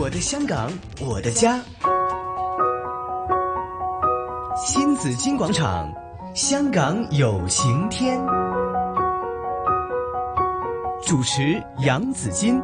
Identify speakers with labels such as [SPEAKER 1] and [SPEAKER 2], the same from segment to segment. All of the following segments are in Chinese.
[SPEAKER 1] 我的香港，我的家。新紫金广场，香港有晴天。主持杨紫金。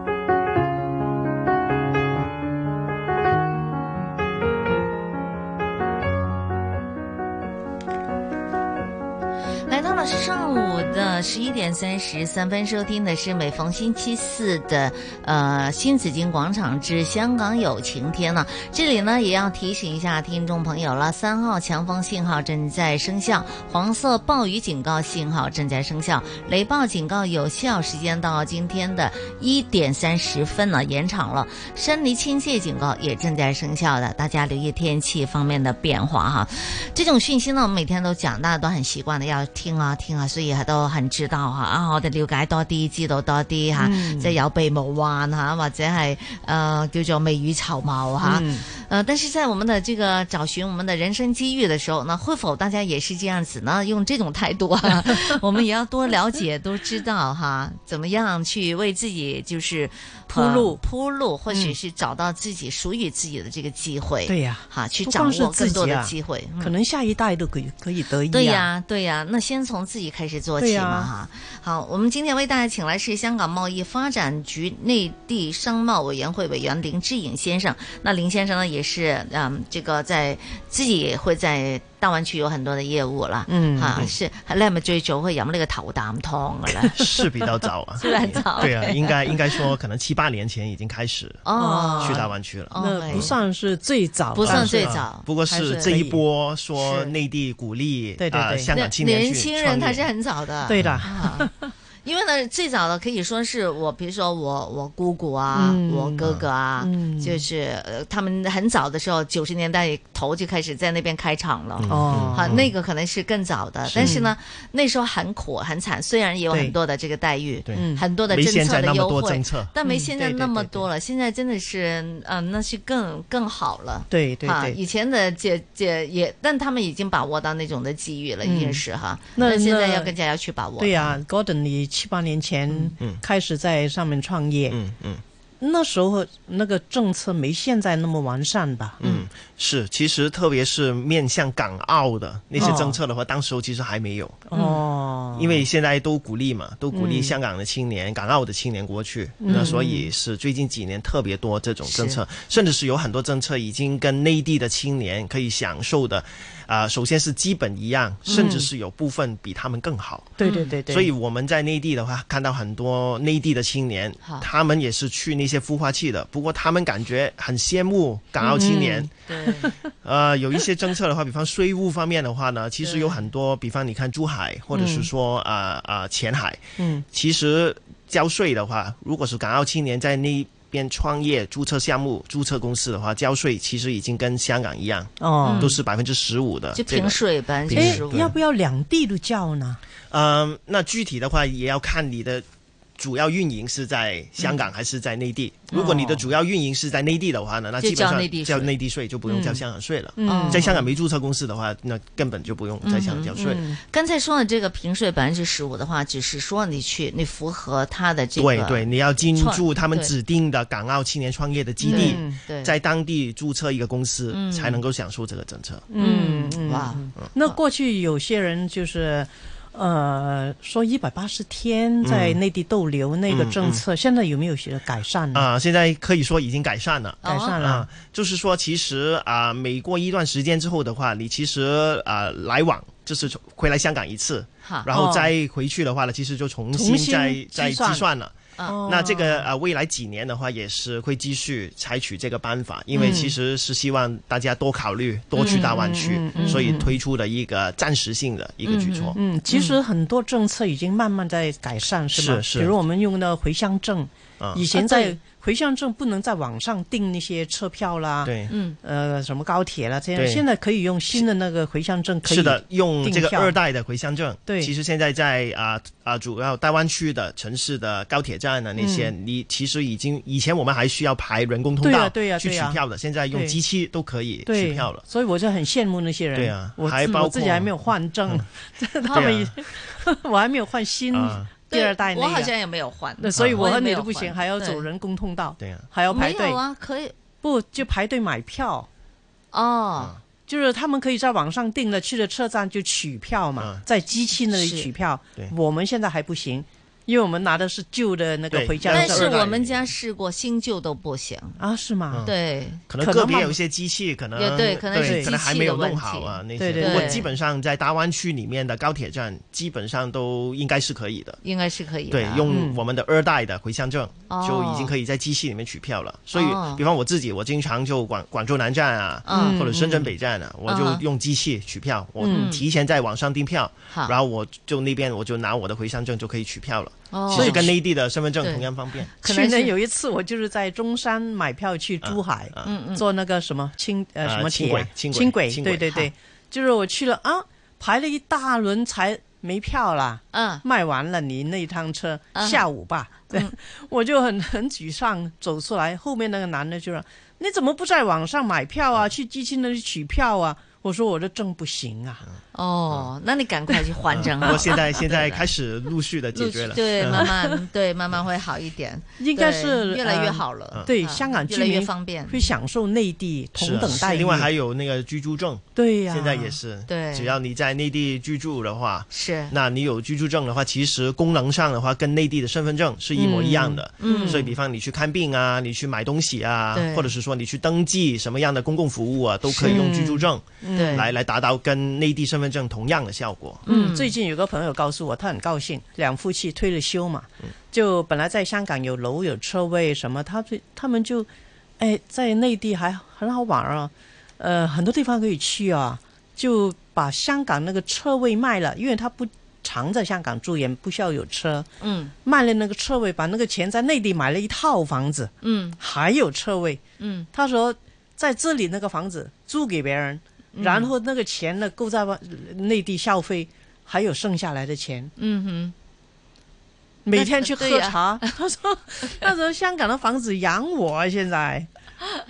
[SPEAKER 2] 来到了上午的十一点三十三分，收听的是每逢星期四的呃新紫金广场之香港有晴天了、这里呢也要提醒一下听众朋友了，三号强风信号正在生效，黄色暴雨警告信号正在生效，雷暴警告有效时间到今天的一点三十分了，延长了。山泥倾泻警告也正在生效的，大家留意天气方面的变化哈。这种讯息呢，我们每天都讲，大家都很习慣你又聽啊聽啊，所以係都很知道嚇啊，我哋了解多啲，知道多啲嚇，
[SPEAKER 3] 嗯
[SPEAKER 2] 即係有備無患嚇，或者係誒、呃叫做未雨綢繆嚇。
[SPEAKER 3] 嗯
[SPEAKER 2] 呃，但是在我们的这个找寻我们的人生机遇的时候，那会否大家也是这样子呢？用这种态度 啊，我们也要多了解，多知道哈，怎么样去为自己就是铺
[SPEAKER 3] 路嗯
[SPEAKER 2] 铺路，或许是找到自己属于自己的这个机会。
[SPEAKER 3] 对呀
[SPEAKER 2] 哈，去
[SPEAKER 3] 不
[SPEAKER 2] 掌
[SPEAKER 3] 光是
[SPEAKER 2] 握
[SPEAKER 3] 自
[SPEAKER 2] 更多
[SPEAKER 3] 己
[SPEAKER 2] 的
[SPEAKER 3] 啊
[SPEAKER 2] 机会。嗯
[SPEAKER 3] 可能下一代都可以可以得益、啊。
[SPEAKER 2] 对呀、对呀、那先从自己开始做
[SPEAKER 3] 对
[SPEAKER 2] 起
[SPEAKER 3] 呀
[SPEAKER 2] 嘛哈。好，我们今天为大家请来是香港贸易发展局内地商贸委员会委员林志颖先生。那林先生呢，也是嗯，这个在自己也会在大湾区有很多的业务啦。
[SPEAKER 3] 嗯
[SPEAKER 2] 哈、是，你系咪最早去饮呢个头啖汤噶 啦？
[SPEAKER 4] 是比较早 啊，
[SPEAKER 2] 虽然早，
[SPEAKER 3] 嗯
[SPEAKER 4] 对啊，应该应该说可能七八年前已经开始
[SPEAKER 2] 哦，
[SPEAKER 4] 去大湾区了。
[SPEAKER 2] 哦
[SPEAKER 3] 那不算是最早的，
[SPEAKER 2] 不算最
[SPEAKER 4] 啊
[SPEAKER 2] 早
[SPEAKER 4] 不过
[SPEAKER 2] 还是
[SPEAKER 4] 是这一波说
[SPEAKER 2] 是
[SPEAKER 4] 内地鼓励
[SPEAKER 3] 对对
[SPEAKER 4] 啊
[SPEAKER 3] 对
[SPEAKER 4] 香
[SPEAKER 2] 那
[SPEAKER 4] 港青年
[SPEAKER 2] 哎年
[SPEAKER 4] 去
[SPEAKER 2] 轻
[SPEAKER 4] 创
[SPEAKER 2] 人
[SPEAKER 4] 业
[SPEAKER 2] 他是很早的，
[SPEAKER 3] 对的。
[SPEAKER 2] 啊， 因为呢，最早的可以说是我，比如说我我姑姑啊，
[SPEAKER 3] 嗯
[SPEAKER 2] 我哥哥啊，
[SPEAKER 3] 嗯
[SPEAKER 2] 就是呃，他们很早的时候，九十年代头就开始在那边开厂
[SPEAKER 4] 嗯
[SPEAKER 2] 了。
[SPEAKER 3] 哦，嗯
[SPEAKER 2] 好，那个可能是更早的，但是呢，那时候很苦很惨，虽然也有
[SPEAKER 3] 对
[SPEAKER 2] 很多的这个待遇，
[SPEAKER 4] 对
[SPEAKER 3] 嗯
[SPEAKER 2] 很多的
[SPEAKER 4] 没
[SPEAKER 2] 政
[SPEAKER 4] 现
[SPEAKER 2] 策
[SPEAKER 4] 在
[SPEAKER 2] 的
[SPEAKER 4] 那么
[SPEAKER 2] 优
[SPEAKER 4] 多
[SPEAKER 2] 惠
[SPEAKER 4] 政，策，
[SPEAKER 2] 但没现在
[SPEAKER 3] 嗯对对
[SPEAKER 2] 那么
[SPEAKER 3] 对对
[SPEAKER 2] 多了。现在真的是，嗯、那是更更好了。
[SPEAKER 3] 对对
[SPEAKER 2] 哈，
[SPEAKER 3] 对，
[SPEAKER 2] 以前的姐姐也，但他们已经把握到那种的机遇了，已经
[SPEAKER 3] 嗯
[SPEAKER 2] 是哈。
[SPEAKER 3] 那
[SPEAKER 2] 但现在
[SPEAKER 3] 那
[SPEAKER 2] 要更加要去把握。
[SPEAKER 3] 对呀、g o r d o n 你七八年前
[SPEAKER 4] 嗯
[SPEAKER 3] 开始在上面创业，
[SPEAKER 4] 嗯嗯。
[SPEAKER 3] 那时候那个政策没现在那么完善吧？
[SPEAKER 4] 嗯，是，其实特别是面向港澳的那
[SPEAKER 2] 哦
[SPEAKER 4] 些政策的话，当时候其实还没有，
[SPEAKER 3] 哦，
[SPEAKER 2] 嗯
[SPEAKER 4] 因为现在都鼓励嘛，都鼓励
[SPEAKER 3] 嗯
[SPEAKER 4] 香港的青年、港澳的青年过去，那所以是最近几年特别多这种政策，甚至是有很多政策已经跟内地的青年可以享受的，啊、首先是基本一样，甚至是有部分比他们更好。
[SPEAKER 3] 对对对对，
[SPEAKER 4] 所以我们在内地的话，看到很多内地的青年
[SPEAKER 2] 好，
[SPEAKER 4] 他们也是去那些孵化器的，不过他们感觉很羡慕港澳青年。
[SPEAKER 2] 对。
[SPEAKER 4] 呃，有一些政策的话，比方税务方面的话呢，其实有很多，比方你看珠海或者是说啊啊、呃前海，
[SPEAKER 3] 嗯，
[SPEAKER 4] 其实交税的话，如果是港澳青年在那边创业注册项目、注册公司的话，交税其实已经跟香港一样，
[SPEAKER 3] 哦，
[SPEAKER 4] 都是百分之十五的、这
[SPEAKER 2] 嗯就
[SPEAKER 4] 个。
[SPEAKER 2] 平水百分之
[SPEAKER 3] 哎、
[SPEAKER 2] 十五。
[SPEAKER 3] 要不要两地都叫呢？
[SPEAKER 4] 嗯、那具体的话也要看你的。主要运营是在香港还是在内地？如果你的主要运营是在内地的话呢，那
[SPEAKER 2] 就
[SPEAKER 4] 基本
[SPEAKER 2] 交内地
[SPEAKER 4] 上
[SPEAKER 2] 税
[SPEAKER 4] 交内地税就不用交香港税了。
[SPEAKER 2] 嗯
[SPEAKER 4] 在香港没注册公司的话，那根本就不用在香港交税。
[SPEAKER 2] 刚才说的这个平税百分之十五的话，只是说你去你符合他的这个
[SPEAKER 4] 对对，你要进
[SPEAKER 2] 创
[SPEAKER 4] 驻他们
[SPEAKER 2] 对
[SPEAKER 4] 指定的港澳青年创业的基地，
[SPEAKER 2] 嗯对
[SPEAKER 4] 在当地注册一个公司，才能够享受这个政策。
[SPEAKER 2] 嗯哇
[SPEAKER 3] 那
[SPEAKER 4] 嗯
[SPEAKER 3] 过去有些人就是，呃，说一百八十天在内地逗留那个政策，现在有没有些改善呢？
[SPEAKER 4] 嗯啊、现在可以说已经改善了。
[SPEAKER 3] 改善了，
[SPEAKER 4] 啊、就是说，其实啊、每过一段时间之后的话，你其实啊、来往就是从回来香港一次，
[SPEAKER 2] 好
[SPEAKER 4] 然后再回去的话呢，其实就重
[SPEAKER 3] 重
[SPEAKER 4] 新
[SPEAKER 3] 新
[SPEAKER 4] 再
[SPEAKER 3] 计
[SPEAKER 4] 再计
[SPEAKER 3] 算
[SPEAKER 4] 算了。
[SPEAKER 3] 哦
[SPEAKER 4] 啊那这个呃，未来几年的话，也是会继续采取这个办法，
[SPEAKER 3] 嗯
[SPEAKER 4] 因为其实是希望大家多考虑，多去大湾区，所以推出了一个暂时性的一个举措。
[SPEAKER 3] 嗯，其实很多政策已经慢慢在改善，是吗？
[SPEAKER 4] 是是
[SPEAKER 3] 比如我们用的回乡证，
[SPEAKER 4] 啊
[SPEAKER 3] 以
[SPEAKER 2] 啊
[SPEAKER 3] 前在
[SPEAKER 2] 对
[SPEAKER 3] 回乡证不能在网上订那些车票啦，，
[SPEAKER 4] 对，
[SPEAKER 2] 嗯
[SPEAKER 3] 呃，什么高铁啦，这样
[SPEAKER 4] 对
[SPEAKER 3] 现在可以用新的那个回乡证，可以
[SPEAKER 4] 是的，，用这个
[SPEAKER 3] 订票
[SPEAKER 4] 二代的回乡证。
[SPEAKER 3] 对
[SPEAKER 4] 其实现在在啊啊、主要大湾区的城市的高铁站啊那些，你其实已经以前我们还需要排人工通
[SPEAKER 3] 嗯对
[SPEAKER 4] 道
[SPEAKER 3] 啊对啊
[SPEAKER 4] 去取
[SPEAKER 3] 对啊
[SPEAKER 4] 票的，现在用
[SPEAKER 3] 对
[SPEAKER 4] 机器都可以取
[SPEAKER 3] 对
[SPEAKER 4] 票了，。
[SPEAKER 3] 所以我就很羡慕那些人，
[SPEAKER 4] 对啊
[SPEAKER 3] 我
[SPEAKER 4] 还
[SPEAKER 3] 自
[SPEAKER 4] 包
[SPEAKER 3] 我自己
[SPEAKER 4] 括
[SPEAKER 3] 还没有换 证，他
[SPEAKER 4] 对
[SPEAKER 3] 们
[SPEAKER 4] 啊
[SPEAKER 3] 已我还没有换新
[SPEAKER 4] 啊
[SPEAKER 3] 第二代那
[SPEAKER 2] 我好
[SPEAKER 3] 个。
[SPEAKER 2] 像也没有换，
[SPEAKER 3] 那所以我
[SPEAKER 2] 我
[SPEAKER 3] 和
[SPEAKER 2] 也没
[SPEAKER 3] 你
[SPEAKER 2] 有
[SPEAKER 3] 都不行，
[SPEAKER 2] 换
[SPEAKER 3] 还要
[SPEAKER 2] 对
[SPEAKER 3] 走人工通道，
[SPEAKER 4] 对啊
[SPEAKER 3] 还要排
[SPEAKER 2] 没
[SPEAKER 3] 队
[SPEAKER 2] 有。啊，可以。
[SPEAKER 3] 不就排队买票，
[SPEAKER 4] 嗯
[SPEAKER 2] 哦，
[SPEAKER 3] 就是他们可以在网上订了，去了车站就取票嘛
[SPEAKER 4] 嗯，
[SPEAKER 3] 在机器那里
[SPEAKER 2] 是
[SPEAKER 3] 取票
[SPEAKER 4] 对。
[SPEAKER 3] 我们现在还不行，因为我们拿的是旧的那个
[SPEAKER 4] 对
[SPEAKER 3] 回家
[SPEAKER 2] 但
[SPEAKER 4] 但
[SPEAKER 3] 的
[SPEAKER 4] 是
[SPEAKER 2] 是
[SPEAKER 3] 票
[SPEAKER 2] 我们家试过，新旧都不行。
[SPEAKER 3] 啊，是
[SPEAKER 4] 嗯
[SPEAKER 3] 吗？
[SPEAKER 2] 对，
[SPEAKER 4] 可能
[SPEAKER 3] 可能
[SPEAKER 4] 个别
[SPEAKER 3] 慢
[SPEAKER 4] 有一些机器可能
[SPEAKER 2] 也对可能
[SPEAKER 3] 是机
[SPEAKER 4] 可能还
[SPEAKER 2] 器
[SPEAKER 4] 没
[SPEAKER 2] 的
[SPEAKER 4] 有
[SPEAKER 2] 问
[SPEAKER 4] 弄好啊那些。
[SPEAKER 3] 对对
[SPEAKER 4] 不过
[SPEAKER 2] 对
[SPEAKER 4] 基本上在大湾区里面的高铁站，基本上都应该是可以的。
[SPEAKER 2] 应该是可以的。
[SPEAKER 4] 对，用我们的二代的回乡证、
[SPEAKER 2] 啊嗯哦
[SPEAKER 4] 就已经可以在机器里面取票了。所以
[SPEAKER 2] 哦，
[SPEAKER 4] 比方我自己，我经常就广广州南站啊，
[SPEAKER 2] 嗯
[SPEAKER 4] 或者深圳北站啊，我
[SPEAKER 2] 嗯
[SPEAKER 4] 就
[SPEAKER 2] 哼
[SPEAKER 4] 用机器取票，
[SPEAKER 2] 嗯
[SPEAKER 4] 我提前在网上订票，
[SPEAKER 2] 好
[SPEAKER 4] 然后我就那边我就拿我的回乡证就可以取票了。
[SPEAKER 2] 哦
[SPEAKER 4] 其实跟内地的身份证
[SPEAKER 2] 对
[SPEAKER 4] 同样 方便。
[SPEAKER 2] 可
[SPEAKER 3] 去
[SPEAKER 2] 能
[SPEAKER 3] 年
[SPEAKER 2] 是
[SPEAKER 3] 有一次，我就是在中山买票去珠海，
[SPEAKER 2] 嗯嗯
[SPEAKER 3] 坐那个什么轻呃
[SPEAKER 4] 呃
[SPEAKER 3] 什么铁啊
[SPEAKER 4] 轻轨轻轨
[SPEAKER 3] 轻轨，
[SPEAKER 4] 轻
[SPEAKER 3] 对
[SPEAKER 4] 轨
[SPEAKER 3] 对对，就是我去了啊，排了一大轮才没票啦，
[SPEAKER 2] 嗯
[SPEAKER 3] 卖完了你那一趟车，
[SPEAKER 2] 嗯
[SPEAKER 3] 下午吧，对， 我就很很沮丧，走出来，后面那个男的就说：“你怎么不在网上买票
[SPEAKER 2] 嗯
[SPEAKER 3] 啊？去机器那里取票啊？”我说：“我的证不行啊。
[SPEAKER 4] 嗯
[SPEAKER 2] 哦，那你赶快去还证
[SPEAKER 4] 不
[SPEAKER 2] 啊
[SPEAKER 4] 过。现在现在开始陆续的
[SPEAKER 2] 陆
[SPEAKER 4] 嗯解决
[SPEAKER 2] 续
[SPEAKER 4] 了。嗯
[SPEAKER 2] 对，慢慢对慢慢会好一点，
[SPEAKER 3] 应该
[SPEAKER 2] 对
[SPEAKER 3] 是
[SPEAKER 2] 越来越
[SPEAKER 3] 呃
[SPEAKER 2] 好
[SPEAKER 4] 嗯
[SPEAKER 2] 了。
[SPEAKER 3] 对，
[SPEAKER 2] 啊
[SPEAKER 3] 香港
[SPEAKER 2] 越
[SPEAKER 3] 居
[SPEAKER 2] 来
[SPEAKER 3] 民
[SPEAKER 2] 越方便。
[SPEAKER 3] 会享受内地
[SPEAKER 4] 是
[SPEAKER 3] 同
[SPEAKER 4] 啊
[SPEAKER 3] 等待遇。
[SPEAKER 4] 另外还有那个居住证，
[SPEAKER 3] 对啊呀、
[SPEAKER 4] 现在也是，
[SPEAKER 2] 对
[SPEAKER 4] 只要你在内地居住的话，
[SPEAKER 2] 是
[SPEAKER 4] 那你有居住证的话，其实功能上的话跟内地的身份证是一模一样的。
[SPEAKER 2] 嗯嗯
[SPEAKER 4] 所以比方你去看病啊，你去买东西啊
[SPEAKER 2] 对，
[SPEAKER 4] 或者是说你去登记什么样的公共服务啊，都可以用居住证
[SPEAKER 2] 对，
[SPEAKER 4] 来来达到跟内地身份证同样的效果。
[SPEAKER 3] 嗯，最近有个朋友告诉我，他很高兴，两夫妻退了休嘛，就本来在香港有楼有车位什么，他最他们就，哎，在内地还很好玩啊，呃，很多地方可以去啊，就把香港那个车位卖了，因为他不常在香港住，也不需要有车，
[SPEAKER 2] 嗯
[SPEAKER 3] 卖了那个车位，把那个钱在内地买了一套房子，
[SPEAKER 2] 嗯
[SPEAKER 3] 还有车位，
[SPEAKER 2] 嗯，
[SPEAKER 3] 他说在这里那个房子租给别人，
[SPEAKER 2] 嗯
[SPEAKER 3] 然后那个钱呢够在外内地消费，还有剩下来的钱，
[SPEAKER 2] 嗯哼，
[SPEAKER 3] 每天去
[SPEAKER 2] 对
[SPEAKER 3] 喝
[SPEAKER 2] 呀
[SPEAKER 3] 茶。 他说那时候香港的房子养我啊，现在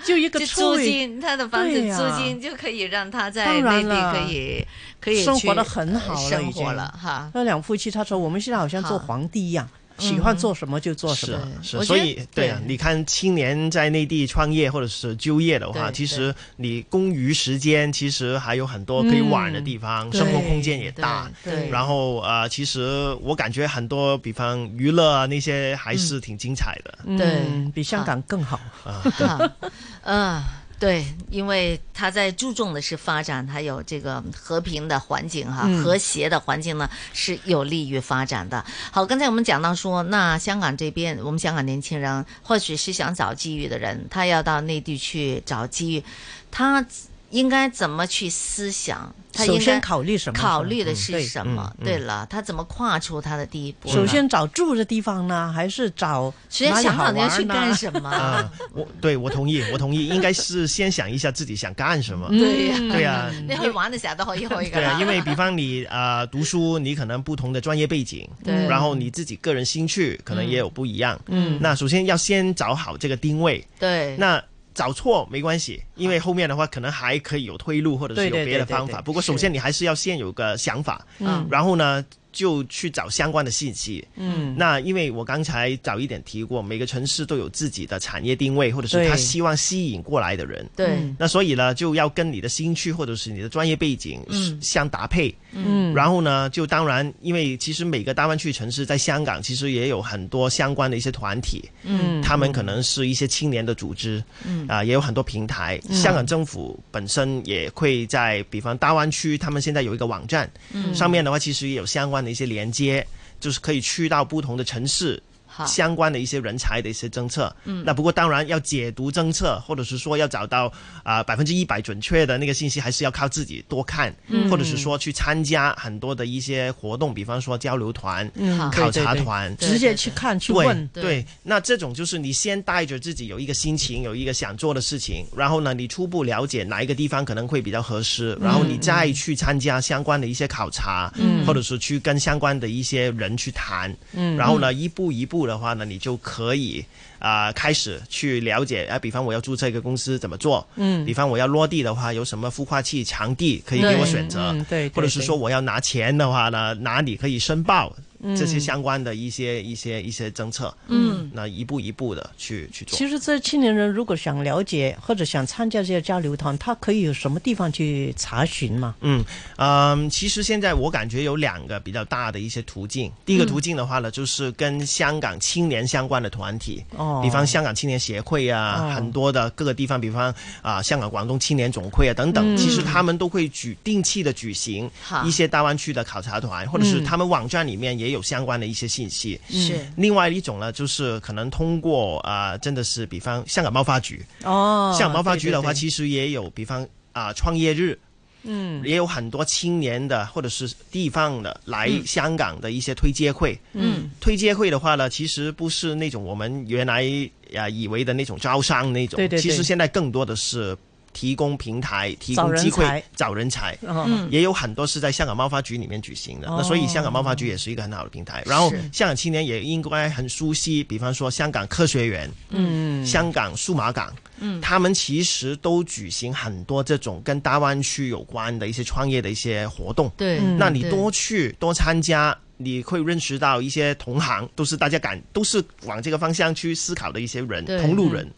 [SPEAKER 3] 就一个
[SPEAKER 2] 就
[SPEAKER 3] 车
[SPEAKER 2] 租
[SPEAKER 3] 位，
[SPEAKER 2] 金，他的房子
[SPEAKER 3] 对呀
[SPEAKER 2] 租金就可以让他在
[SPEAKER 3] 当然
[SPEAKER 2] 内地
[SPEAKER 3] 了
[SPEAKER 2] 可以可以
[SPEAKER 3] 生
[SPEAKER 2] 去
[SPEAKER 3] 活得很好了
[SPEAKER 2] 生
[SPEAKER 3] 已
[SPEAKER 2] 活
[SPEAKER 3] 经
[SPEAKER 2] 了哈。
[SPEAKER 3] 那两夫妻他说我们现在好像做
[SPEAKER 2] 好
[SPEAKER 3] 皇帝一样，
[SPEAKER 2] 嗯
[SPEAKER 3] 喜欢做什么就做什
[SPEAKER 4] 是
[SPEAKER 3] 么。
[SPEAKER 4] 啊
[SPEAKER 2] 对
[SPEAKER 4] 是
[SPEAKER 2] 我
[SPEAKER 4] 啊，
[SPEAKER 2] 觉
[SPEAKER 4] 所
[SPEAKER 2] 得
[SPEAKER 4] 以
[SPEAKER 2] 对
[SPEAKER 4] 对啊，你看青年在内地创业或者是就业的话，
[SPEAKER 2] 对
[SPEAKER 4] 其实你公余时间其实还有很多可以玩的地方，
[SPEAKER 3] 对
[SPEAKER 4] 生活空间也大。
[SPEAKER 2] 嗯对对
[SPEAKER 4] 然后呃，其实我感觉很多，比方娱乐啊那些还是挺精彩的。
[SPEAKER 3] 嗯，比香港更好。
[SPEAKER 2] 啊，嗯，对，因为他在注重的是发展，还有这个和平的环境哈、
[SPEAKER 3] 嗯
[SPEAKER 2] 和谐的环境呢是有利于发展的。好，刚才我们讲到说，那香港这边，我们香港年轻人或许是想找机遇的人，他要到内地去找机遇，他应该怎么去思想？他
[SPEAKER 3] 首
[SPEAKER 2] 应该
[SPEAKER 3] 先考虑什么？
[SPEAKER 2] 考虑的
[SPEAKER 3] 嗯
[SPEAKER 2] 是
[SPEAKER 3] 对
[SPEAKER 2] 什么？
[SPEAKER 4] 嗯嗯
[SPEAKER 2] 对了，他怎么跨出他的第一步呢？
[SPEAKER 3] 首先找住的地方呢，还是找
[SPEAKER 2] 首先
[SPEAKER 3] 哪里
[SPEAKER 2] 想
[SPEAKER 3] 好
[SPEAKER 2] 好你要
[SPEAKER 3] 玩
[SPEAKER 2] 去
[SPEAKER 3] 呢
[SPEAKER 2] 干什么？
[SPEAKER 4] 啊，我对我同意，我同意，应该是先想一下自己想干什么。
[SPEAKER 2] 对呀、
[SPEAKER 4] 对啊，
[SPEAKER 2] 你去玩得成都可以去噶
[SPEAKER 4] 对啊，
[SPEAKER 2] 啦
[SPEAKER 4] 因。为比方你啊、呃读书，你可能不同的专业背景，
[SPEAKER 2] 对
[SPEAKER 4] 然后你自己个人兴趣可能也有不一样。
[SPEAKER 3] 嗯
[SPEAKER 4] 那首先要先找好这个定位，
[SPEAKER 2] 对，
[SPEAKER 4] 那找错没关系，因为后面的话可能还可以有退路，或者是
[SPEAKER 3] 对对
[SPEAKER 4] 有别的
[SPEAKER 3] 对对
[SPEAKER 4] 方法。
[SPEAKER 3] 对
[SPEAKER 4] 不过首先你还是要先有个想法，
[SPEAKER 2] 嗯
[SPEAKER 4] 然后呢就去找相关的信息。
[SPEAKER 3] 嗯
[SPEAKER 4] 那因为我刚才早一点提过，每个城市都有自己的产业定位，或者是
[SPEAKER 3] 对
[SPEAKER 4] 他希望吸引过来的人。
[SPEAKER 2] 对
[SPEAKER 3] 嗯，
[SPEAKER 4] 那所以呢，就要跟你的兴趣或者是你的专业背景
[SPEAKER 2] 嗯
[SPEAKER 4] 相搭配。
[SPEAKER 3] 嗯，
[SPEAKER 4] 然后呢，就当然，因为其实每个大湾区城市在香港其实也有很多相关的一些团体，
[SPEAKER 2] 嗯
[SPEAKER 4] 他们可能是一些青年的组织，
[SPEAKER 2] 嗯
[SPEAKER 4] 啊、也有很多平台。香港政府本身也会在，比方大湾区，他们现在有一个网站，
[SPEAKER 2] 嗯
[SPEAKER 4] 上面的话其实也有相关的一些连接，就是可以去到不同的城市。
[SPEAKER 2] 好，
[SPEAKER 4] 相关的一些人才的一些政策，嗯，那不过当然要解读政策，或者是说要找到啊百分之一百准确的那个信息，还是要靠自己多看，
[SPEAKER 2] 嗯
[SPEAKER 4] 或者是说去参加很多的一些活动，比方说交流团、
[SPEAKER 3] 嗯
[SPEAKER 2] 好
[SPEAKER 4] 考
[SPEAKER 3] 对对
[SPEAKER 4] 察
[SPEAKER 3] 对
[SPEAKER 4] 团，
[SPEAKER 2] 对
[SPEAKER 3] 直接去看去问，
[SPEAKER 2] 对
[SPEAKER 4] 对那这种就是你先带着自己有一个心情，有一个想做的事情，然后呢，你初步了解哪一个地方可能会比较合适，然后你再去参加相关的一些考察，
[SPEAKER 2] 嗯
[SPEAKER 4] 或者是去跟相关的一些人去谈，嗯，然后呢，一步一步的话呢，你就可以啊、开始去了解，啊，比方我要注册一个公司怎么做，嗯，比方我要落地的话，有什么孵化器场地可以给我选择，
[SPEAKER 3] 嗯对对
[SPEAKER 4] 或者是
[SPEAKER 3] 对嗯
[SPEAKER 4] 说我要拿钱的话呢，哪里可以申报。这些相关的一些一些一些政策，
[SPEAKER 2] 嗯，
[SPEAKER 4] 那一步一步的去去做。
[SPEAKER 3] 其实这青年人如果想了解或者想参加这些交流团，他可以有什么地方去查询嘛？
[SPEAKER 4] 嗯嗯，其实现在我感觉有两个比较大的一些途径。第一个途径的话呢，就是跟香港青年相关的团体，
[SPEAKER 3] 哦，
[SPEAKER 4] 比方香港青年协会啊，
[SPEAKER 3] 哦
[SPEAKER 4] 很多的各个地方，比方啊、香港广东青年总会啊等
[SPEAKER 3] 嗯
[SPEAKER 4] 等，其实他们都会举定期的举行
[SPEAKER 2] 好
[SPEAKER 4] 一些大湾区的考察团，或者
[SPEAKER 3] 嗯
[SPEAKER 4] 是他们网站里面也有相关的一些信息。
[SPEAKER 2] 是
[SPEAKER 4] 另外一种呢，就是可能通过啊、真的是比方香港贸发局，
[SPEAKER 3] 哦，
[SPEAKER 4] 像贸发局的话，
[SPEAKER 3] 对对对
[SPEAKER 4] 其实也有，比方啊、创业日，
[SPEAKER 3] 嗯，
[SPEAKER 4] 也有很多青年的或者是地方的来香港的一些推介会。
[SPEAKER 2] 嗯，
[SPEAKER 4] 推介会的话呢，其实不是那种我们原来啊、以为的那种招商那种，
[SPEAKER 3] 对对对
[SPEAKER 4] 其实现在更多的是提供平台、提
[SPEAKER 3] 找
[SPEAKER 4] 供
[SPEAKER 3] 人
[SPEAKER 4] 机会
[SPEAKER 3] 才、
[SPEAKER 4] 找人才。
[SPEAKER 3] 哦
[SPEAKER 2] 嗯
[SPEAKER 4] 也有很多是在香港贸发局里面举行的，
[SPEAKER 3] 哦
[SPEAKER 4] 那所以香港贸发局也是一个很好的平台。然后
[SPEAKER 2] 是
[SPEAKER 4] 香港青年也应该很熟悉，比方说香港科学园，
[SPEAKER 3] 嗯，
[SPEAKER 4] 香港数码港，
[SPEAKER 2] 嗯
[SPEAKER 4] 他们其实都举行很多这种跟大湾区有关的一些创业的一些活动。
[SPEAKER 2] 对，
[SPEAKER 3] 嗯
[SPEAKER 4] 那你
[SPEAKER 2] 对
[SPEAKER 4] 多去多参加，你会认识到一些同行，都是大家感都是往这个方向去思考的一些人，
[SPEAKER 2] 对嗯
[SPEAKER 4] 同路人。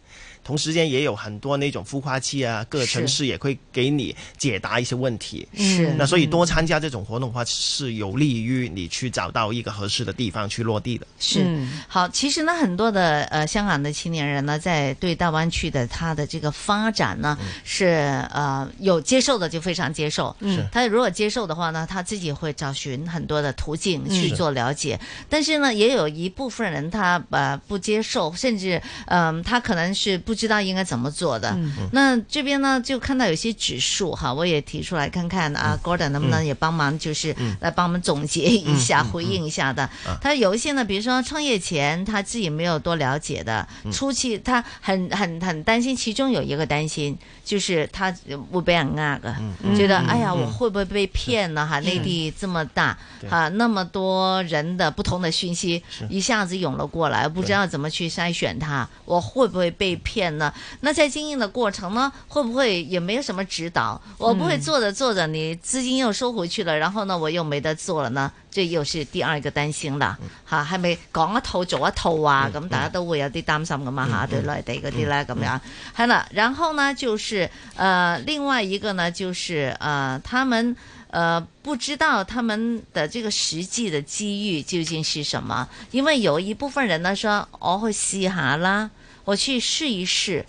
[SPEAKER 4] 同时间也有很多那种孵化器啊，各个
[SPEAKER 2] 是
[SPEAKER 4] 城市也会给你解答一些问题。
[SPEAKER 2] 是
[SPEAKER 4] 那所以多参加这种活动的话，是有利于你去找到一个合适的地方去落地的。
[SPEAKER 2] 是。
[SPEAKER 3] 嗯
[SPEAKER 2] 好，其实呢，很多的呃香港的青年人呢，在对大湾区的他的这个发展呢，
[SPEAKER 4] 嗯
[SPEAKER 2] 是呃有接受的就非常接受。
[SPEAKER 4] 是
[SPEAKER 2] 他如果接受的话呢，他自己会找寻很多的途径去
[SPEAKER 4] 嗯是
[SPEAKER 2] 做了解。但是呢，也有一部分人他呃不接受，甚至嗯、他可能是不知道应该怎么做的。那这边呢，就看到有些指数哈，我也提出来看看啊、g o r d o n 能不能也帮忙，就是来帮我们总结一下、回应一下的。他有一些呢，比如说创业前他自己没有多了解的，初期他很很很担心，其中有一个担心就是他会被人呃的，觉得、哎呀，我会不会被骗呢？哈，内地这么大
[SPEAKER 4] 对
[SPEAKER 2] 啊，那么多人的不同的讯息一下子涌了过来，不知道怎么去筛选它，我会不会被骗呢？那在经营的过程呢，会不会也没有什么指导？我不会做着做着，你资金又收回去了，然后呢，我又没得做了呢？这又是第二個擔心啦，嚇係咪講一套做一套啊？咁大家都會有啲擔心噶嘛嚇，對內地嗰啲咧咁樣。係啦，然後呢，就是呃，另外一個呢，就是呃，他們呃不知道他們的這個實際的機遇究竟是什麼，因為有一部分人呢說我去試下啦，我去試一試。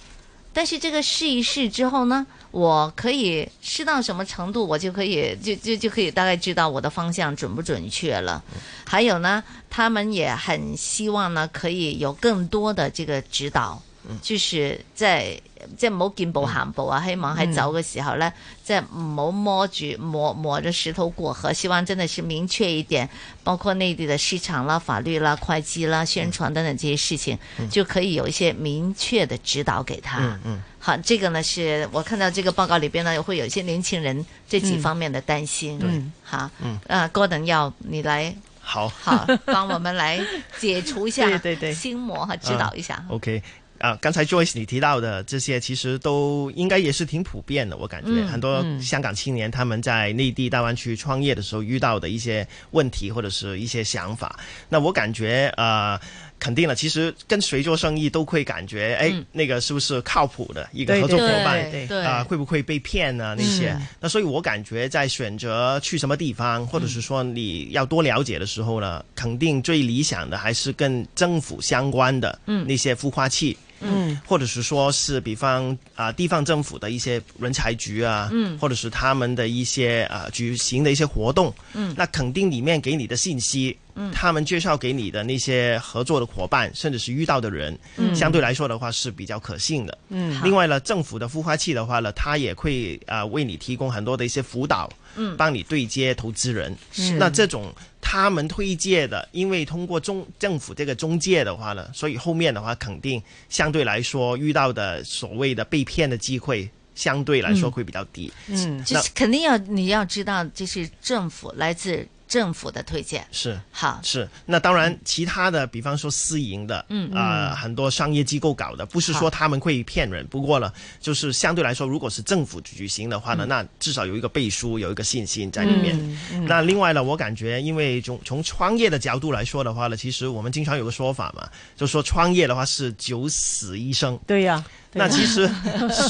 [SPEAKER 2] 但是这个试一试之后呢，我可以试到什么程度，我就可以就就就可以大概知道我的方向准不准确了。还有呢，他们也很希望呢，可以有更多的这个指导，就是在即係唔好見步行步啊！希望喺走嘅時候
[SPEAKER 4] 嗯
[SPEAKER 2] 呢，即係唔好摸住摸摸着石頭過河。希望真的是明確一點，包括內地的市場啦、法律啦、会计啦、宣傳等等這些事情，就可以有一些明確的指導給他。
[SPEAKER 4] 嗯嗯，
[SPEAKER 2] 好，这个呢是我看到这个报告里边呢，会有一些年轻人这几方面的担心。
[SPEAKER 3] 嗯，
[SPEAKER 2] 好，
[SPEAKER 4] 嗯，
[SPEAKER 2] 呃，Gordon 要你来，
[SPEAKER 4] 好。
[SPEAKER 2] 好， 帮我们来解除一下
[SPEAKER 3] 对对对
[SPEAKER 2] 心魔哈，
[SPEAKER 4] 嗯
[SPEAKER 2] 指导一下。
[SPEAKER 4] OK。啊，刚才 Joyce 你提到的这些，其实都应该也是挺普遍的，我感觉、
[SPEAKER 2] 嗯
[SPEAKER 4] 很多香港青年他们在内地大湾区创业的时候遇到的一些问题或者是一些想法。那我感觉呃，肯定了，其实跟谁做生意都会感觉，哎，
[SPEAKER 2] 嗯
[SPEAKER 4] 那个是不是靠谱的一个
[SPEAKER 3] 对
[SPEAKER 4] 合作
[SPEAKER 3] 对
[SPEAKER 4] 伙
[SPEAKER 3] 对
[SPEAKER 4] 伴？
[SPEAKER 2] 对
[SPEAKER 4] 啊、会不会被骗呢？那些，
[SPEAKER 2] 嗯
[SPEAKER 4] 那所以我感觉在选择去什么地方，或者是说你要多了解的时候呢，肯定最理想的还是跟政府相关的
[SPEAKER 2] 嗯
[SPEAKER 4] 那些孵化器。
[SPEAKER 3] 嗯
[SPEAKER 4] 或者是说是比方啊、地方政府的一些人才局啊，
[SPEAKER 2] 嗯
[SPEAKER 4] 或者是他们的一些啊、举行的一些活动，
[SPEAKER 2] 嗯
[SPEAKER 4] 那肯定里面给你的信息，嗯，他们介绍给你的那些合作的伙伴，甚至是遇到的人，
[SPEAKER 2] 嗯
[SPEAKER 4] 相对来说的话是比较可信的。
[SPEAKER 3] 嗯
[SPEAKER 2] 好
[SPEAKER 4] 另外呢，政府的孵化器的话呢，它也会啊、为你提供很多的一些辅导，
[SPEAKER 2] 嗯
[SPEAKER 4] 帮你对接投资人。
[SPEAKER 2] 是
[SPEAKER 4] 那这种他们推介的，因为通过中政府这个中介的话呢，所以后面的话肯定相对来说遇到的所谓的被骗的机会，相对来说会比较低。
[SPEAKER 3] 嗯
[SPEAKER 2] 就是肯定要你要知道，这是政府来自政府的推荐。
[SPEAKER 4] 是
[SPEAKER 2] 好，
[SPEAKER 4] 是，那当然，其他的，比方说私营的，
[SPEAKER 2] 嗯
[SPEAKER 4] 啊、很多商业机构搞的，不是
[SPEAKER 2] 好
[SPEAKER 4] 说他们会骗人，不过呢，就是相对来说，如果是政府举行的话
[SPEAKER 2] 嗯
[SPEAKER 4] 呢，那至少有一个背书，有一个信心在里
[SPEAKER 3] 嗯
[SPEAKER 4] 面。那另外呢，我感觉，因为从从创业的角度来说的话呢，其实我们经常有个说法嘛，就说创业的话是九死一生。
[SPEAKER 3] 对呀、对
[SPEAKER 4] 那
[SPEAKER 3] 呀
[SPEAKER 4] 其实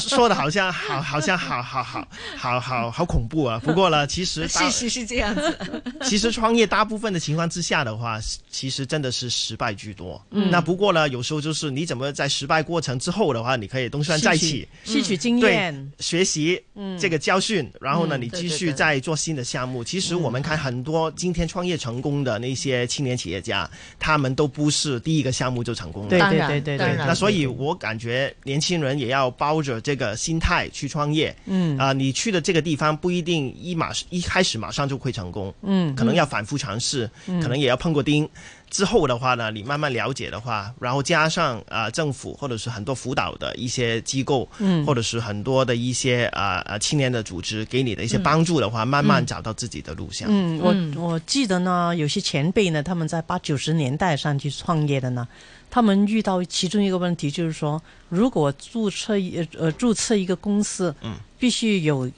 [SPEAKER 4] 说的好像好，好像好好好好好好恐怖啊！不过呢，其实大
[SPEAKER 2] 事实是这样子，
[SPEAKER 4] 其实创业大部分的情况之下的话，其实真的是失败居多。嗯，那不过呢，有时候就是你怎么在失败过程之后的话，你可以东山再起，
[SPEAKER 3] 吸取经
[SPEAKER 4] 对
[SPEAKER 3] 验，，
[SPEAKER 4] 学习这个教训，然后呢，
[SPEAKER 3] 嗯
[SPEAKER 4] 你继
[SPEAKER 2] 对对对
[SPEAKER 4] 续再做新的项目。其实我们看很多今天创业成功的那些青年企业家，他们都不是第一个项目就成功了。
[SPEAKER 3] 对
[SPEAKER 2] 当
[SPEAKER 3] 对
[SPEAKER 2] 然
[SPEAKER 3] 对对
[SPEAKER 2] 当
[SPEAKER 3] 对
[SPEAKER 2] 然。
[SPEAKER 4] 那所以，我感觉年轻人也要抱着这个心态去创业。
[SPEAKER 3] 嗯
[SPEAKER 4] 啊、你去的这个地方不一定一马一开始马上就会成功，
[SPEAKER 3] 嗯，
[SPEAKER 4] 可能要反复尝试，可能也要碰过钉。之后的话呢，你慢慢了解的话，然后加上啊、呃政府或者是很多辅导的一些机构，
[SPEAKER 3] 嗯
[SPEAKER 4] 或者是很多的一些啊啊、呃青年的组织给你的一些帮助的话，慢慢找到自己的路向。
[SPEAKER 3] 嗯，
[SPEAKER 2] 嗯
[SPEAKER 3] 我我记得呢，有些前辈呢，他们在八九十年代上去创业的呢，他们遇到其中一个问题就是说，如果注册一呃注册一个公司，
[SPEAKER 4] 嗯，
[SPEAKER 3] 必须有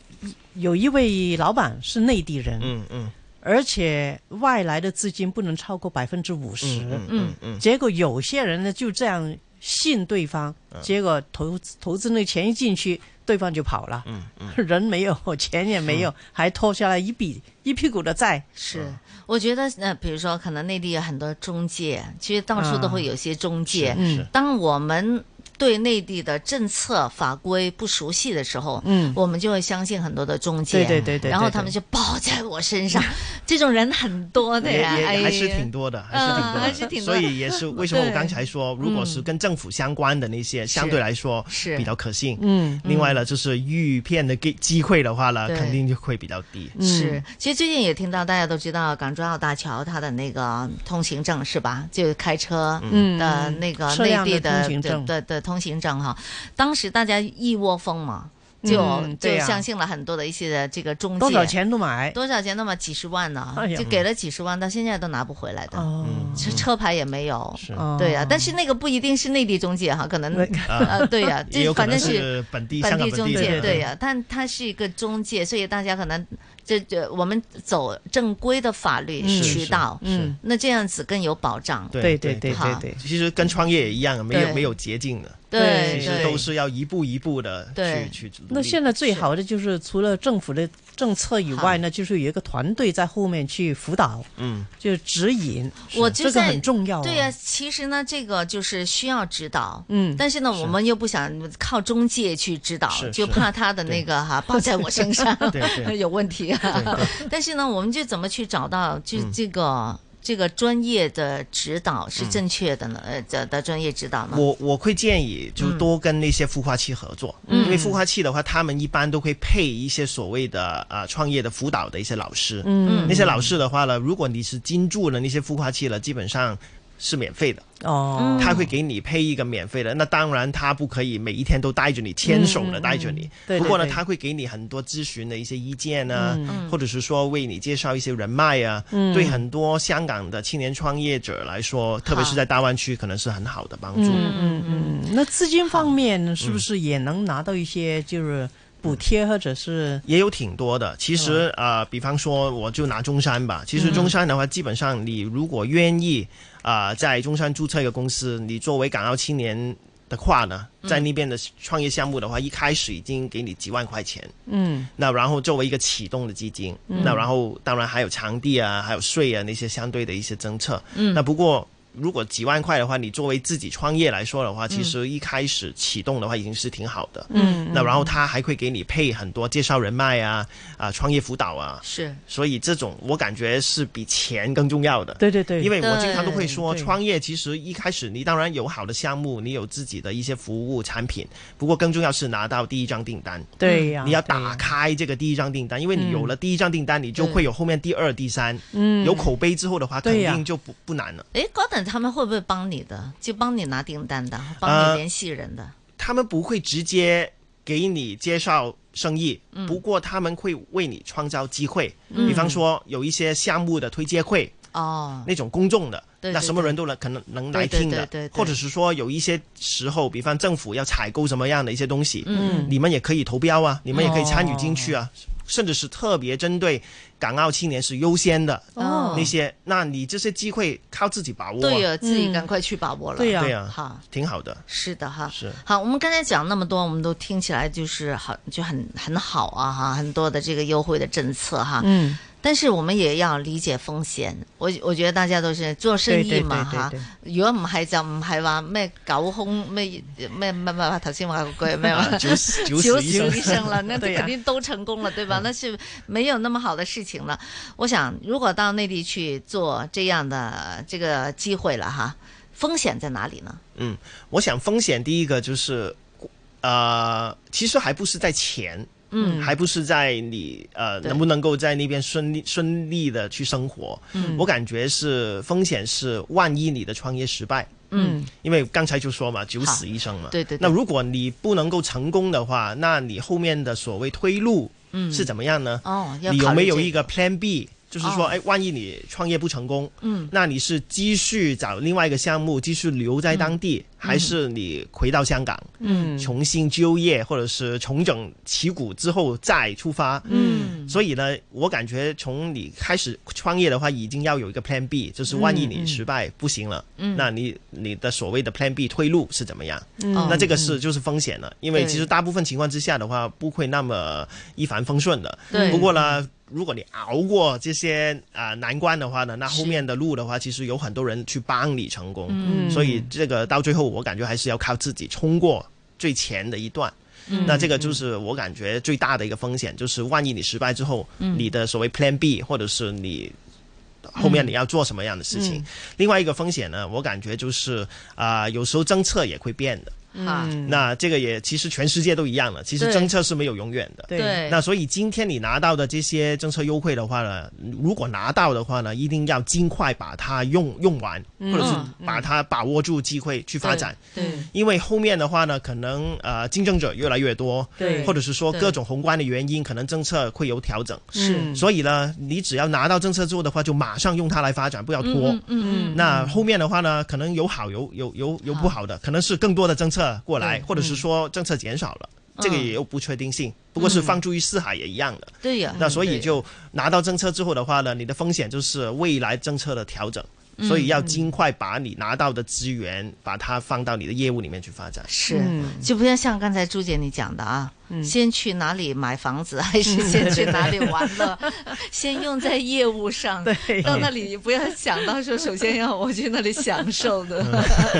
[SPEAKER 3] 有一位老板是内地人，
[SPEAKER 4] 嗯嗯
[SPEAKER 3] 而且外来的资金不能超过百分之五十，
[SPEAKER 4] 嗯嗯嗯
[SPEAKER 3] 结果有些人呢就这样信对方，
[SPEAKER 4] 嗯
[SPEAKER 3] 结果投资投资那钱一进去，对方就跑了，
[SPEAKER 4] 嗯嗯，
[SPEAKER 3] 人没有，钱也没有，还拖下来一笔一屁股的债。
[SPEAKER 2] 是，我觉得呃，比如说，可能内地有很多中介，其实到处都会有些中介。
[SPEAKER 4] 嗯是
[SPEAKER 2] 当我们对内地的政策法规不熟悉的时候，
[SPEAKER 3] 嗯，
[SPEAKER 2] 我们就会相信很多的中介，
[SPEAKER 3] 对对对对，
[SPEAKER 2] 然后
[SPEAKER 3] 对
[SPEAKER 2] 他们
[SPEAKER 3] 对
[SPEAKER 2] 就包在我身上，这种人很多的
[SPEAKER 4] 嗯也
[SPEAKER 2] 呀，哎
[SPEAKER 4] 也
[SPEAKER 2] 呀
[SPEAKER 4] 还是挺多的，还是挺多的，
[SPEAKER 2] 还是挺多
[SPEAKER 4] 所以也是为什么我刚才说，如果是跟政府相关的那些，相对来说
[SPEAKER 2] 嗯是
[SPEAKER 4] 比较可信。
[SPEAKER 3] 嗯
[SPEAKER 4] 另外呢，就是遇骗的机机会的话呢，
[SPEAKER 2] 对
[SPEAKER 4] 肯定就会比较低。
[SPEAKER 3] 嗯
[SPEAKER 2] 是，其实最近也听到大家都知道港珠澳大桥它的那个通行证是吧？就开车
[SPEAKER 3] 嗯
[SPEAKER 2] 的那个
[SPEAKER 3] 车
[SPEAKER 2] 内
[SPEAKER 3] 辆
[SPEAKER 2] 地
[SPEAKER 3] 的通行证
[SPEAKER 2] 的的通行证哈，当时大家一窝蜂嘛，就、
[SPEAKER 3] 嗯
[SPEAKER 2] 就
[SPEAKER 3] 对呀
[SPEAKER 2] 相信了很多的一些的这个中介，
[SPEAKER 3] 多少钱都买。
[SPEAKER 2] 多少钱那么几十万呢、
[SPEAKER 3] 哎呀
[SPEAKER 2] 就给了几十万，到现在都拿不回来的，
[SPEAKER 3] 哦，
[SPEAKER 2] 车车牌也没有。
[SPEAKER 4] 是
[SPEAKER 3] 哦
[SPEAKER 2] 嗯对啊呀、但是那个不一定是内地中介哈，可能
[SPEAKER 3] 那
[SPEAKER 2] 呃，对 呀、
[SPEAKER 4] 也有
[SPEAKER 2] 这
[SPEAKER 4] 可
[SPEAKER 2] 反
[SPEAKER 4] 能
[SPEAKER 2] 正
[SPEAKER 4] 是本地香
[SPEAKER 2] 本
[SPEAKER 4] 港
[SPEAKER 2] 地
[SPEAKER 4] 本
[SPEAKER 2] 中
[SPEAKER 4] 地
[SPEAKER 2] 介，
[SPEAKER 4] 人
[SPEAKER 2] 对呀、但他是一个中介，所以大家可能这这我们走正规的法律
[SPEAKER 3] 嗯
[SPEAKER 2] 渠道，
[SPEAKER 3] 嗯，
[SPEAKER 2] 那这样子更有保障。
[SPEAKER 3] 对哦对
[SPEAKER 4] 对
[SPEAKER 3] 对
[SPEAKER 2] 好
[SPEAKER 3] 对对，
[SPEAKER 4] 其实跟创业也一样，没
[SPEAKER 2] 对
[SPEAKER 4] 有没有捷径的，
[SPEAKER 2] 对
[SPEAKER 4] 其实
[SPEAKER 2] 对
[SPEAKER 4] 都是要一步一步的
[SPEAKER 2] 对
[SPEAKER 4] 去去努
[SPEAKER 3] 那
[SPEAKER 4] 力。
[SPEAKER 3] 现在最好的就是除了政府的政策以外呢，就是有一个团队在后面去辅导，
[SPEAKER 4] 嗯，
[SPEAKER 3] 就是指引，
[SPEAKER 2] 我就
[SPEAKER 3] 这个
[SPEAKER 2] 在
[SPEAKER 3] 很重要。啊
[SPEAKER 2] 对呀、，啊其实呢，这个就是需要指导。
[SPEAKER 3] 嗯，
[SPEAKER 2] 但是呢，我们又不想靠中介去指导，
[SPEAKER 4] 是
[SPEAKER 2] 就是怕他的那个哈抱在我身上
[SPEAKER 4] 对 对
[SPEAKER 2] 有问题
[SPEAKER 4] 对
[SPEAKER 2] 啊。
[SPEAKER 4] 对，嗯
[SPEAKER 2] 但是呢，我们就怎么去找到就这个、这个专业的指导是正确的呢？呃的的专业指导呢？
[SPEAKER 4] 我我会建议
[SPEAKER 3] 嗯
[SPEAKER 4] 就多跟那些孵化器合作，因为孵化器的话，他们一般都会配一些所谓的呃创业的辅导的一些老师。
[SPEAKER 3] 嗯
[SPEAKER 4] 那些老师的话呢，如果你是金注了那些孵化器了，基本上是免费的，
[SPEAKER 3] 哦，
[SPEAKER 4] 他会给你配一个免费的。那当然，他不可以每一天都带着你，牵手的带着你。
[SPEAKER 3] 嗯对对
[SPEAKER 4] 不过呢，
[SPEAKER 3] 对
[SPEAKER 4] 他会给你很多咨询的一些意见啊，
[SPEAKER 3] 嗯
[SPEAKER 4] 或者是说为你介绍一些人脉啊。
[SPEAKER 3] 嗯
[SPEAKER 4] 对很多香港的青年创业者来说，特别是在大湾区，可能是很好的帮助。
[SPEAKER 3] 嗯嗯嗯，那资金方面是不是也能拿到一些就是补贴或者是
[SPEAKER 4] 也有挺多的。其实呃，比方说我就拿中山吧，其实中山的话，基本上你如果愿意啊、呃在中山注册一个公司，你作为港澳青年。的话呢，在那边的创业项目的话，一开始已经给你几万块钱，
[SPEAKER 3] 嗯
[SPEAKER 4] 那然后作为一个启动的基金，那然后当然还有场地啊，还有税啊那些相对的一些政策。嗯，那不过如果几万块的话，你作为自己创业来说的话，其实一开始启动的话已经是挺好的。
[SPEAKER 3] 嗯
[SPEAKER 4] 那然后他还会给你配很多介绍人脉啊，啊创业辅导啊，
[SPEAKER 2] 是
[SPEAKER 4] 所以这种我感觉是比钱更重要的。
[SPEAKER 3] 对对对，
[SPEAKER 4] 因为我
[SPEAKER 2] 对
[SPEAKER 4] 经常都会说，
[SPEAKER 3] 对
[SPEAKER 4] 创业其实一开始你当然有好的项目，你有自己的一些服务产品，不过更重要是拿到第一张订单。
[SPEAKER 3] 对呀，
[SPEAKER 4] 嗯你要
[SPEAKER 3] 对呀
[SPEAKER 4] 打开这个第一张订单，因为你有了第一张订单，你就会有后面第二、第三。
[SPEAKER 3] 嗯
[SPEAKER 4] 有口碑之后的话，肯
[SPEAKER 3] 对呀
[SPEAKER 4] 定就不不难了。
[SPEAKER 2] 诶 g o r d o n 他们会不会帮你的？就帮你拿订单的，帮你
[SPEAKER 4] 呃
[SPEAKER 2] 联系人的？
[SPEAKER 4] 他们不会直接给你介绍生意，
[SPEAKER 3] 嗯
[SPEAKER 4] 不过他们会为你创造机会，
[SPEAKER 2] 嗯
[SPEAKER 4] 嗯比方说有一些项目的推介会。
[SPEAKER 2] 哦，
[SPEAKER 4] 那种公众的，
[SPEAKER 2] 对对
[SPEAKER 4] 那什么人都能可能能来听
[SPEAKER 2] 对对对
[SPEAKER 4] 的，
[SPEAKER 2] 对对
[SPEAKER 4] 或者是说有一些时候，比方政府要采购什么样的一些东西，
[SPEAKER 2] 嗯哦
[SPEAKER 4] 你们也可以投标啊，你们也可以参与进去啊，甚至是特别针对港澳青年是优先的、
[SPEAKER 2] 哦
[SPEAKER 4] 那些，那你这些机会靠自己把握、
[SPEAKER 2] 对
[SPEAKER 4] 啊，
[SPEAKER 2] 呀，自己赶快去把握了。
[SPEAKER 3] 对呀
[SPEAKER 4] 对啊，
[SPEAKER 2] 好，
[SPEAKER 4] 挺好的，
[SPEAKER 2] 是的哈，
[SPEAKER 4] 是
[SPEAKER 2] 好，我们刚才讲那么多，我们都听起来就是好，就很很好啊哈，很多的这个优惠的政策哈，
[SPEAKER 3] 嗯，
[SPEAKER 2] 但是我们也要理解風險。我我覺得大家都是做生意嘛
[SPEAKER 3] 對
[SPEAKER 2] 嚇
[SPEAKER 3] 對對，
[SPEAKER 2] 如果唔係就唔係話咩狗空咩咩咩咩頭先話嗰句咩話
[SPEAKER 4] 啊九死 九
[SPEAKER 2] 九死
[SPEAKER 4] 死一生嗯
[SPEAKER 2] 一生了， 那
[SPEAKER 3] 对呀
[SPEAKER 2] 肯定都成功了，对吧？那是没有那么好的事情了。我想，如果到内地去做这样的这个机会了哈，风险在哪里呢？
[SPEAKER 4] 我想风险第一个就是，呃，其实还不是在钱，
[SPEAKER 2] 嗯，
[SPEAKER 4] 还不是在你呃
[SPEAKER 2] 对
[SPEAKER 4] 能不能够在那边顺利顺利的去生活。
[SPEAKER 2] 嗯
[SPEAKER 4] 我感觉是风险是，万一你的创业失败，
[SPEAKER 2] 嗯，
[SPEAKER 4] 因为刚才就说嘛，九死一生嘛。
[SPEAKER 2] 对对对
[SPEAKER 4] 那如果你不能够成功的话，那你后面的所谓推路
[SPEAKER 2] 嗯
[SPEAKER 4] 是怎么样呢？
[SPEAKER 2] 哦，要
[SPEAKER 4] 你有
[SPEAKER 2] 考
[SPEAKER 4] 没
[SPEAKER 2] 虑
[SPEAKER 4] 有
[SPEAKER 2] 这
[SPEAKER 4] 一个 Plan B？就是说，
[SPEAKER 2] 哦
[SPEAKER 4] 哎，万一你创业不成功，
[SPEAKER 2] 嗯，
[SPEAKER 4] 那你是继续找另外一个项目，继续留在当
[SPEAKER 2] 嗯
[SPEAKER 4] 地，还是你回到香港，
[SPEAKER 3] 嗯
[SPEAKER 4] 重新就业，或者是重整旗鼓之后再出发？
[SPEAKER 2] 嗯
[SPEAKER 4] 所以呢，我感觉从你开始创业的话，已经要有一个 Plan B，就是万一你失败不行了，
[SPEAKER 2] 嗯
[SPEAKER 4] 那你你的所谓的 Plan B 退路是怎么样？
[SPEAKER 2] 哦
[SPEAKER 4] 那这个是就是风险了，因为其实大部分情况之下的话，不会那么一帆风顺的。
[SPEAKER 2] 对
[SPEAKER 4] 嗯不过呢，
[SPEAKER 2] 嗯
[SPEAKER 4] 如果你熬过这些啊、呃难关的话呢，那后面的路的话，其实有很多人去帮你成功。
[SPEAKER 2] 嗯
[SPEAKER 4] 所以这个到最后，我感觉还是要靠自己冲过最前的一段。
[SPEAKER 2] 嗯
[SPEAKER 4] 那这个就是我感觉最大的一个风险，就是万一你失败之后，
[SPEAKER 2] 嗯
[SPEAKER 4] 你的所谓 Plan B，或者是你后面你要做什么样的事
[SPEAKER 2] 嗯
[SPEAKER 4] 情。另外一个风险呢，我感觉就是啊、有时候政策也会变的。
[SPEAKER 2] 哈，
[SPEAKER 3] 嗯
[SPEAKER 4] 那这个也其实全世界都一样了，其实
[SPEAKER 2] 嗯对
[SPEAKER 4] 政策是没有永远的。
[SPEAKER 3] 对，
[SPEAKER 4] 那所以今天你拿到的这些政策优惠的话呢，如果拿到的话呢，一定要尽快把它用用完，
[SPEAKER 3] 嗯
[SPEAKER 4] 或者是把它把握住机会去发展。
[SPEAKER 2] 嗯对
[SPEAKER 4] 因为后面的话呢，可能呃竞争者越来越多，
[SPEAKER 3] 对
[SPEAKER 4] 或者是说
[SPEAKER 2] 对嗯
[SPEAKER 4] 各种宏观的原因，可能政策会有调整。
[SPEAKER 3] 是
[SPEAKER 4] 所以呢，你只要拿到政策之后的话，就马上用它来发展，不要拖。
[SPEAKER 2] 嗯嗯嗯
[SPEAKER 4] 那后面的话呢，可能有好有有有
[SPEAKER 2] 啊
[SPEAKER 4] 有不好的，可能是更多的政策过
[SPEAKER 2] 嗯
[SPEAKER 4] 来，或者是说政策减少了，这个也有不确定性。不过
[SPEAKER 2] 嗯
[SPEAKER 4] 是放诸于四海也一样的。
[SPEAKER 2] 对呀，
[SPEAKER 4] 那所
[SPEAKER 2] 嗯对
[SPEAKER 4] 以
[SPEAKER 2] 呀
[SPEAKER 4] 就拿到政策之后的话呢，你的风险就是未来政策的调整。
[SPEAKER 2] 嗯
[SPEAKER 4] 所以要尽快把你拿到的资源，把它放到你的业务里面去发展。
[SPEAKER 2] 是，
[SPEAKER 3] 嗯
[SPEAKER 2] 就不要像刚才朱姐你讲的啊，先去哪里买房子，还是
[SPEAKER 3] 嗯
[SPEAKER 2] 先去哪里玩 乐，先用在业务上。
[SPEAKER 3] 对
[SPEAKER 2] 到那里不要想到说，首先要我去那里享受的，
[SPEAKER 3] 嗯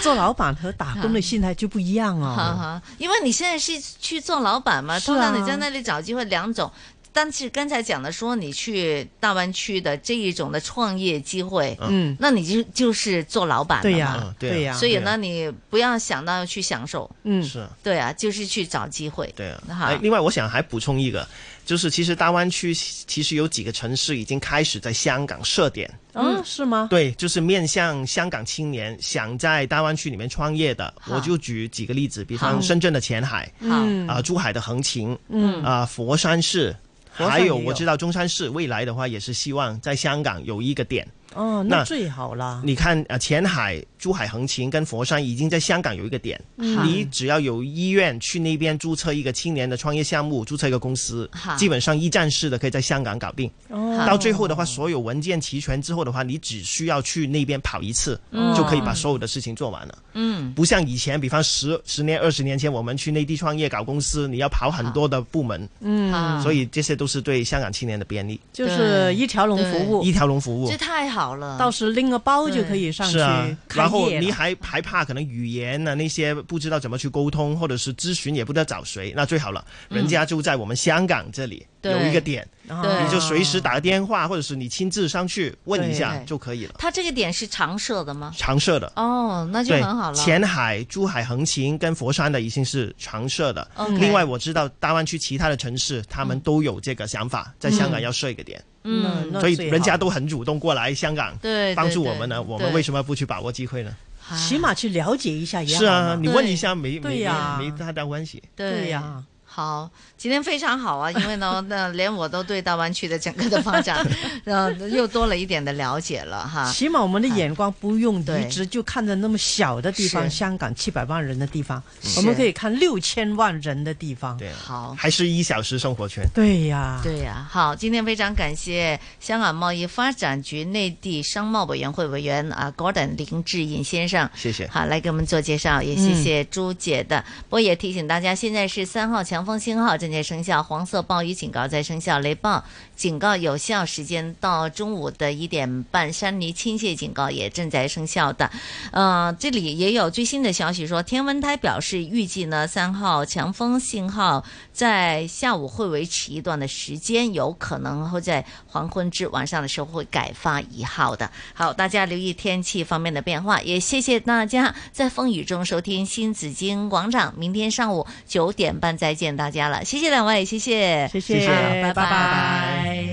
[SPEAKER 3] 做老板和打工的心态就不一样
[SPEAKER 2] 哈
[SPEAKER 3] 哦。
[SPEAKER 2] 哈，因为你现在是去做老板嘛，
[SPEAKER 3] 是啊
[SPEAKER 2] 通常你在那里找机会两种。但是刚才讲的说你去大湾区的这一种的创业机会，
[SPEAKER 3] 嗯，
[SPEAKER 2] 那你就就是做老板了
[SPEAKER 3] 对
[SPEAKER 2] 嘛
[SPEAKER 3] 呀
[SPEAKER 4] 嗯，对啊
[SPEAKER 3] 对呀，
[SPEAKER 2] 所以呢，你不要想到去享受，
[SPEAKER 3] 嗯，
[SPEAKER 4] 是啊，
[SPEAKER 2] 对啊，就是去找机会。
[SPEAKER 4] 对啊。
[SPEAKER 2] 好
[SPEAKER 4] 哎，另外我想还补充一个，就是其实大湾区其实有几个城市已经开始在香港设点，
[SPEAKER 3] 嗯，是吗？
[SPEAKER 4] 对，就是面向香港青年想在大湾区里面创业的，
[SPEAKER 2] 好
[SPEAKER 4] 我就举几个例子，比
[SPEAKER 2] 好嗯
[SPEAKER 4] 方深圳的前海，
[SPEAKER 2] 好，
[SPEAKER 4] 啊、珠海的横琴，
[SPEAKER 3] 嗯
[SPEAKER 4] 啊、佛山市。
[SPEAKER 3] 佛山
[SPEAKER 4] 还
[SPEAKER 3] 也
[SPEAKER 4] 有，
[SPEAKER 3] 有
[SPEAKER 4] 我知道中山市未来的话也是希望在香港有一个点。
[SPEAKER 3] 哦，那
[SPEAKER 4] 那
[SPEAKER 3] 最好啦。
[SPEAKER 4] 你看，呃，前海、珠海横琴跟佛山已经在香港有一个点，
[SPEAKER 2] 嗯
[SPEAKER 4] 你只要有意愿去那边注册一个青年的创业项目，注册一个公司
[SPEAKER 2] 好，
[SPEAKER 4] 基本上一站式的可以在香港搞定。
[SPEAKER 3] 嗯
[SPEAKER 2] 好
[SPEAKER 4] 到最后的话，所有文件齐全之后的话，你只需要去那边跑一次，
[SPEAKER 2] 嗯
[SPEAKER 4] 就可以把所有的事情做完了。
[SPEAKER 2] 嗯，
[SPEAKER 4] 不像以前，比方十十年、二十年前，我们去内地创业搞公司，你要跑很多的部门，
[SPEAKER 2] 啊，
[SPEAKER 4] 所以这些都是对香港青年的便利，
[SPEAKER 3] 嗯就是一条龙服务
[SPEAKER 4] 一，条龙服务
[SPEAKER 2] 这。太好了，
[SPEAKER 3] 到时拎个包就可以上去
[SPEAKER 4] 是啊，
[SPEAKER 3] 开
[SPEAKER 4] 然后
[SPEAKER 3] 业
[SPEAKER 4] 你
[SPEAKER 3] 了。
[SPEAKER 4] 还还怕可能语言呢、那些不知道怎么去沟通，或者是咨询也不知道找谁，那最好了，人家就在我们香港这里、
[SPEAKER 2] 对
[SPEAKER 4] 有一个点，
[SPEAKER 3] 啊
[SPEAKER 2] 对
[SPEAKER 4] 你就随时打个电话，或者是你亲自上去问一下
[SPEAKER 2] 对
[SPEAKER 4] 就可以了。
[SPEAKER 2] 他这个点是常设的吗？
[SPEAKER 4] 常设的，
[SPEAKER 2] 哦，那就
[SPEAKER 4] 对，
[SPEAKER 2] 很好了。
[SPEAKER 4] 前海、珠海、横琴跟佛山的已经是常设的。
[SPEAKER 2] OK
[SPEAKER 4] 嗯另外，我知道大湾区其他的城市，他们都有这个想法，在香港要设一个点，
[SPEAKER 2] 嗯，
[SPEAKER 3] 那
[SPEAKER 4] 所以
[SPEAKER 3] 最好
[SPEAKER 4] 人家都很主动过来香港
[SPEAKER 2] 对，
[SPEAKER 4] 帮助我们呢。我们为
[SPEAKER 2] 么
[SPEAKER 4] 什么不去把握机会呢？
[SPEAKER 3] 起码去了解一下也好
[SPEAKER 4] 是啊，
[SPEAKER 3] 嘛
[SPEAKER 4] 你问一下没
[SPEAKER 3] 对
[SPEAKER 4] 没
[SPEAKER 3] 呀
[SPEAKER 4] 没没太大关系。
[SPEAKER 2] 对
[SPEAKER 3] 对呀，
[SPEAKER 2] 好，今天非常好啊，因为 呢，那连我都对大湾区的整个的发 展，呃，又多了一点的了解了哈。
[SPEAKER 3] 起码我们的眼光不用
[SPEAKER 2] 啊对
[SPEAKER 3] 一直就看着那么小的地方，
[SPEAKER 2] 是
[SPEAKER 3] 香港七百万人的地方，
[SPEAKER 2] 是
[SPEAKER 3] 我们可以看六千万人的地方。
[SPEAKER 4] 对啊，
[SPEAKER 2] 好，
[SPEAKER 4] 还是一小时生活圈。
[SPEAKER 3] 对呀，
[SPEAKER 2] 对呀、好，今天非常感谢香港贸易发展局内地商贸委员会委员啊，Gordon 林志颖先生。
[SPEAKER 4] 谢谢。嗯
[SPEAKER 2] 好，来给我们做介绍，也谢谢朱姐的。不过也提醒大家，现在是三号强风信号正在生效，黄色暴雨警告在生效，雷暴警告有效时间到中午的一点半，山泥倾泻警告也正在生效的。呃，这里也有最新的消息说，天文台表示，预计呢三号强风信号在下午会维持一段的时间，有可能会在黄昏至晚上的时候会改发一号的。好，大家留意天气方面的变化，也谢谢大家在风雨中收听新紫荆广场。明天上午九点半再见大家了，谢谢两位，谢谢，啊
[SPEAKER 3] 谢谢
[SPEAKER 2] 好，拜
[SPEAKER 3] 拜拜
[SPEAKER 2] 拜